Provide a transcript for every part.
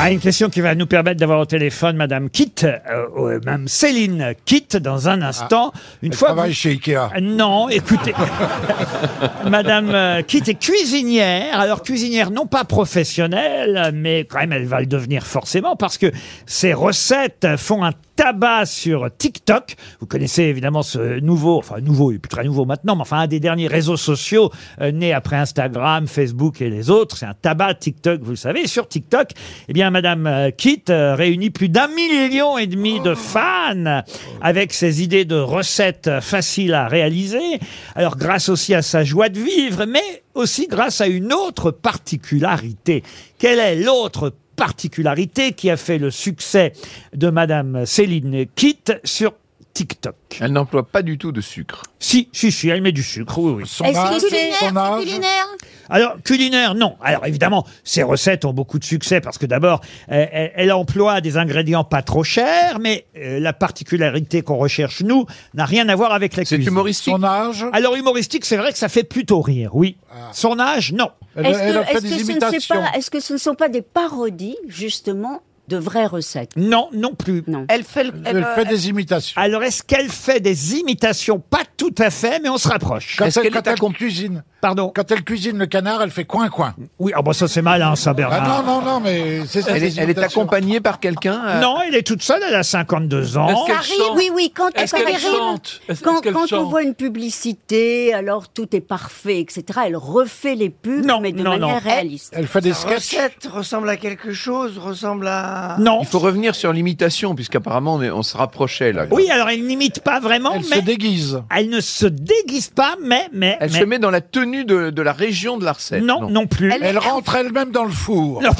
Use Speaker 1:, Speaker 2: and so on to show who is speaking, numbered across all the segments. Speaker 1: Ah, une question qui va nous permettre d'avoir au téléphone Madame Kitt, euh, euh, Madame Céline Kitt, dans un instant. une fois que
Speaker 2: Ah. travaille
Speaker 1: vous-
Speaker 2: chez Ikea.
Speaker 1: Ah, Non, écoutez, Madame euh, Kitt est cuisinière. Alors cuisinière, non pas professionnelle, mais quand même elle va le devenir forcément parce que ses recettes font un tabac sur TikTok. Vous connaissez évidemment ce nouveau, enfin nouveau, il est plus très nouveau maintenant, mais enfin un des derniers réseaux sociaux euh, nés après Instagram, Facebook et les autres. C'est un tabac TikTok, vous le savez. Et Sur TikTok, eh bien Madame euh, Kitt euh, réunit plus d'un million et demi de fans avec ses idées de recettes euh, faciles à réaliser. Alors grâce aussi à sa joie de vivre, mais aussi grâce à une autre particularité. Quelle est l'autre particularité qui a fait le succès de Madame Céline Kitt sur TikTok
Speaker 3: Elle n'emploie pas du tout de sucre.
Speaker 1: Si, si, si, elle met du sucre, oui, oui.
Speaker 2: Son
Speaker 4: Est-ce
Speaker 2: âge,
Speaker 4: qu'il est
Speaker 2: son
Speaker 4: culinaire,
Speaker 2: âge.
Speaker 4: c'est culinaire
Speaker 1: Alors, culinaire, non. Alors, évidemment, ces recettes ont beaucoup de succès parce que d'abord, euh, elle, elle emploie des ingrédients pas trop chers, mais euh, la particularité qu'on recherche, nous, n'a rien à voir avec la
Speaker 3: C'est
Speaker 1: cuisine.
Speaker 3: humoristique.
Speaker 2: Son âge.
Speaker 1: Alors, humoristique, c'est vrai que ça fait plutôt rire, oui.
Speaker 3: Ah.
Speaker 1: Son âge, non.
Speaker 2: Elle,
Speaker 5: Est-ce
Speaker 2: elle a
Speaker 5: que,
Speaker 2: fait
Speaker 5: est-ce que
Speaker 2: des
Speaker 5: ce ne c'est
Speaker 2: imitations.
Speaker 5: pas- est-ce que ce ne sont pas des parodies, justement, de vraies recettes
Speaker 1: Non, non plus.
Speaker 5: Non.
Speaker 4: Elle fait le.
Speaker 2: Elle fait des imitations.
Speaker 1: Alors, est-ce qu'elle fait des imitations Pas tout à fait, mais on se rapproche.
Speaker 2: Quand
Speaker 3: Est-ce
Speaker 2: elle,
Speaker 3: qu'elle
Speaker 2: quand
Speaker 3: est
Speaker 2: elle
Speaker 3: accom-
Speaker 2: cuisine,
Speaker 1: Pardon.
Speaker 2: quand elle cuisine le canard, elle fait coin coin.
Speaker 1: Oui, ah bon, ça c'est malin, ça,
Speaker 2: Ah,
Speaker 1: Bernard.
Speaker 2: non non non mais c'est ça.
Speaker 3: Elle
Speaker 2: des
Speaker 3: est, elle est
Speaker 2: imitations.
Speaker 3: accompagnée par quelqu'un euh,
Speaker 1: Non, elle est toute seule, elle a 52 ans.
Speaker 6: Est-ce qu'elle
Speaker 5: Ça rime,
Speaker 6: chante
Speaker 5: oui, oui, quand,
Speaker 6: Est-ce
Speaker 5: quand
Speaker 6: qu'elle
Speaker 5: elle rime,
Speaker 6: chante Est-ce-
Speaker 5: quand,
Speaker 6: est-ce qu'elle
Speaker 5: quand on
Speaker 6: chante
Speaker 5: voit une publicité, alors tout est parfait, etc., elle refait les pubs,
Speaker 1: Non,
Speaker 5: mais de
Speaker 1: non,
Speaker 5: manière
Speaker 1: non.
Speaker 5: réaliste.
Speaker 2: Elle fait des sketchs.
Speaker 4: recette ressemble à quelque chose, ressemble à.
Speaker 1: Non.
Speaker 3: Il faut revenir sur l'imitation, puisqu'apparemment on, est- on se rapprochait là.
Speaker 1: Oui, alors elle n'imite pas vraiment,
Speaker 2: Elle
Speaker 1: mais
Speaker 2: se déguise.
Speaker 1: elle ne se déguise pas, mais, mais,
Speaker 3: Elle
Speaker 1: mais-
Speaker 3: se met dans la tenue de, de la région de la recette.
Speaker 1: Non, non, plus.
Speaker 4: Elle-
Speaker 2: Elle rentre elle-même dans le four.
Speaker 1: Non,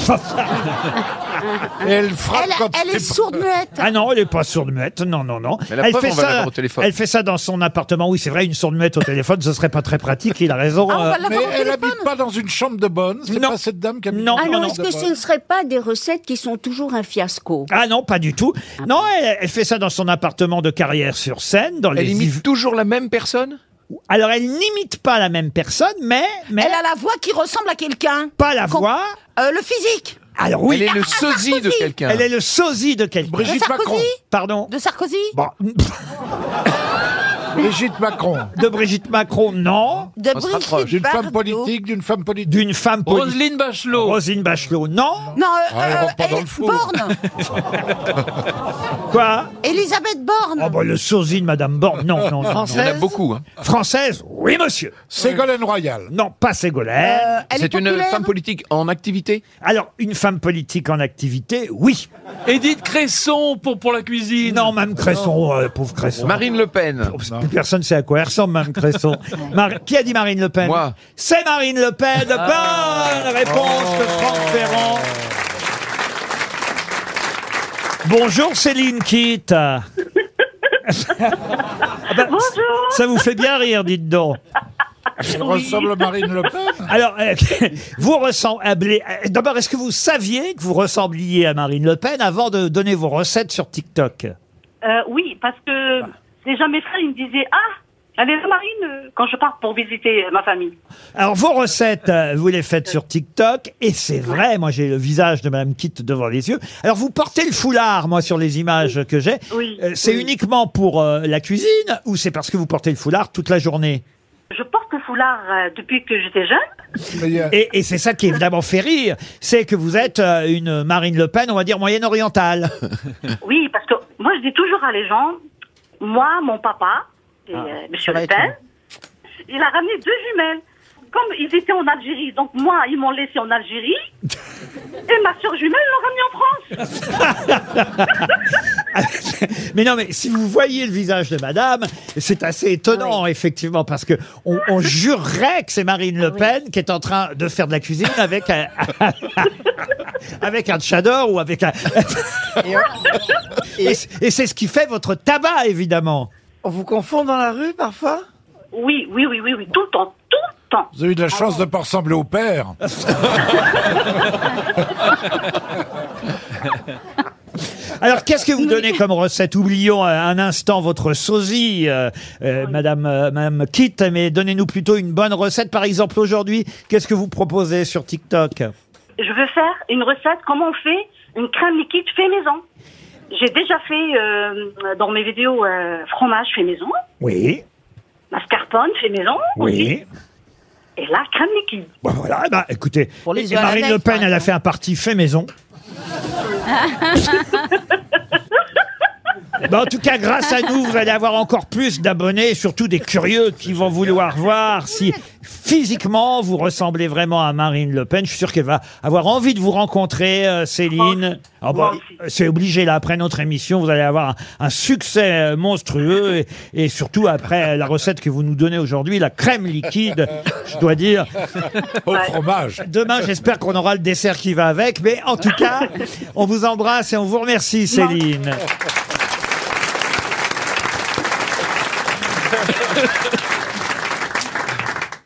Speaker 2: Et elle frappe
Speaker 4: Elle,
Speaker 2: quand
Speaker 4: elle est
Speaker 2: c'est-
Speaker 4: sourde muette.
Speaker 1: ah non, elle est pas sourde muette. Non, non, non.
Speaker 3: Mais la
Speaker 1: elle
Speaker 3: preuve,
Speaker 1: fait
Speaker 3: on va
Speaker 1: ça.
Speaker 3: l'avoir au téléphone.
Speaker 1: Elle fait ça dans son appartement. Oui, c'est vrai, une sourde muette au téléphone, ce serait pas très pratique. Il a raison.
Speaker 4: Ah, on
Speaker 1: euh,
Speaker 4: va la
Speaker 2: Mais
Speaker 4: voir au
Speaker 2: elle
Speaker 4: téléphone.
Speaker 2: habite pas dans une chambre de bonne. C'est
Speaker 1: Non.
Speaker 2: pas cette dame qui habite.
Speaker 1: Non,
Speaker 2: dans
Speaker 5: Ah
Speaker 2: une
Speaker 5: non,
Speaker 2: chambre
Speaker 5: est-ce
Speaker 2: de
Speaker 5: que
Speaker 2: bonne.
Speaker 5: ce ne serait pas des recettes qui sont toujours un fiasco
Speaker 1: ah non, pas du tout. Non, elle, elle fait ça dans son appartement de carrière sur scène, dans
Speaker 3: Elle
Speaker 1: les.
Speaker 3: imite toujours la même personne
Speaker 1: Alors elle n'imite pas la même personne, mais mais
Speaker 4: Elle a la voix qui ressemble à quelqu'un.
Speaker 1: pas la
Speaker 4: Com-
Speaker 1: voix.
Speaker 4: Euh, le physique
Speaker 1: Alors oui,
Speaker 3: Elle est le sosie de quelqu'un.
Speaker 1: elle est le sosie de quelqu'un.
Speaker 2: Brigitte
Speaker 4: De Sarkozy
Speaker 2: Macron.
Speaker 1: Pardon.
Speaker 4: de Sarkozy.
Speaker 1: Bon,
Speaker 2: Brigitte Macron.
Speaker 1: de Brigitte Macron, non.
Speaker 4: De
Speaker 3: On se rapproche.
Speaker 4: Brigitte
Speaker 2: D'une femme
Speaker 4: Bardot.
Speaker 2: politique, d'une femme politique.
Speaker 1: D'une femme politique.
Speaker 6: Roselyne Bachelot.
Speaker 1: Rosine Bachelot, non.
Speaker 4: Non, euh,
Speaker 2: Ah, elle
Speaker 4: euh,
Speaker 2: rentre pas dans
Speaker 4: elle-
Speaker 2: le four.
Speaker 4: Borne.
Speaker 1: Quoi
Speaker 4: Elisabeth Borne.
Speaker 1: Oh bah le sosie de Madame Borne, non, non, non, non.
Speaker 3: Il y en a beaucoup. hein.
Speaker 1: Française Oui, monsieur.
Speaker 2: Ségolène Royal.
Speaker 1: Non, pas Ségolène.
Speaker 4: Euh, elle est
Speaker 3: C'est une
Speaker 4: populaire.
Speaker 3: femme politique en activité
Speaker 1: Alors, une femme politique en activité, oui.
Speaker 6: Edith Cresson pour, pour la cuisine.
Speaker 1: Non, Mme Cresson, euh, pauvre Cresson.
Speaker 3: Marine Le Pen.
Speaker 1: Oh, Plus personne sait à quoi elle ressemble, Mme Cresson. Mar- Qui a dit Marine Le Pen
Speaker 3: Moi.
Speaker 1: C'est Marine Le Pen. Bonne réponse de Franck Ferrand. Bonjour Céline Kitt. Ah bah, Ça vous fait bien rire, dites donc.
Speaker 2: Elle ressemble à Marine Le Pen.
Speaker 1: Alors, euh, vous ressemblez. euh, D'abord, est-ce que vous saviez que vous ressembliez à Marine Le Pen avant de donner vos recettes sur TikTok
Speaker 7: Euh, oui, parce que
Speaker 4: Ah.
Speaker 7: déjà mes frères, ils me disaient Ah, elle est la marine euh, quand je pars pour visiter euh, ma famille.
Speaker 1: Alors, vos recettes, euh, vous les faites sur TikTok, et c'est vrai, moi j'ai le visage de Madame Kitt devant les yeux. Alors, vous portez le foulard, moi, sur les images que j'ai.
Speaker 7: Oui.
Speaker 1: Euh, C'est
Speaker 7: Oui.
Speaker 1: uniquement pour euh, la cuisine ou c'est parce que vous portez le foulard toute la journée
Speaker 7: Je porte le foulard euh, depuis que j'étais jeune.
Speaker 2: Mais, euh,
Speaker 1: Et, et c'est ça qui évidemment fait rire, c'est que vous êtes euh, une Marine Le Pen, on va dire moyenne-orientale.
Speaker 7: Oui, parce que moi je dis toujours à les gens Moi, mon papa, et,
Speaker 4: Ah,
Speaker 7: euh, Monsieur Le Pen, il a ramené deux jumelles. Comme ils étaient en Algérie, donc moi, ils m'ont laissé en Algérie. et ma soeur jumelle l'ont ramenée en France.
Speaker 1: mais non, mais si vous voyez le visage de madame, c'est assez étonnant, effectivement, parce que on, on jurerait que c'est Marine Le Pen qui est en train de faire de la cuisine avec un, avec un tchador ou avec un... et c- et c'est ce qui fait votre tabac, évidemment.
Speaker 4: On vous confond dans la rue parfois
Speaker 7: Oui, oui, oui, oui, oui, tout le temps, tout le temps.
Speaker 2: Vous avez eu de la chance de ne pas ressembler au père.
Speaker 1: Alors, qu'est-ce que vous donnez comme recette Oublions euh, un instant votre sosie, euh, euh, Madame, euh, Madame Kitt, mais donnez-nous plutôt une bonne recette. Par exemple, aujourd'hui, qu'est-ce que vous proposez sur TikTok
Speaker 7: je veux faire une recette, comment on fait une crème liquide fait maison. J'ai déjà fait euh, dans mes vidéos euh, fromage fait maison,
Speaker 1: Oui,
Speaker 7: mascarpone fait maison,
Speaker 1: oui.
Speaker 7: et là, crème liquide.
Speaker 1: Bon, voilà, eh ben, écoutez,
Speaker 4: Pour les
Speaker 1: et-
Speaker 4: yeux à la
Speaker 1: Marine
Speaker 4: neige,
Speaker 1: Le Pen,
Speaker 4: par
Speaker 1: elle a
Speaker 4: exemple.
Speaker 1: fait un parti fait maison. Bah, en tout cas, grâce à nous, vous allez avoir encore plus d'abonnés, surtout des curieux qui vont vouloir voir si physiquement vous ressemblez vraiment à Marine Le Pen. Je suis sûr qu'elle va avoir envie de vous rencontrer, euh, Céline. Ah bah,
Speaker 7: Moi aussi.
Speaker 1: c'est obligé, là, après notre émission, vous allez avoir un, un succès euh, monstrueux et, et surtout après la recette que vous nous donnez aujourd'hui, la crème liquide, je dois dire.
Speaker 2: Au fromage.
Speaker 1: Demain, j'espère qu'on aura le dessert qui va avec. Mais en tout cas, on vous embrasse et on vous remercie, Céline.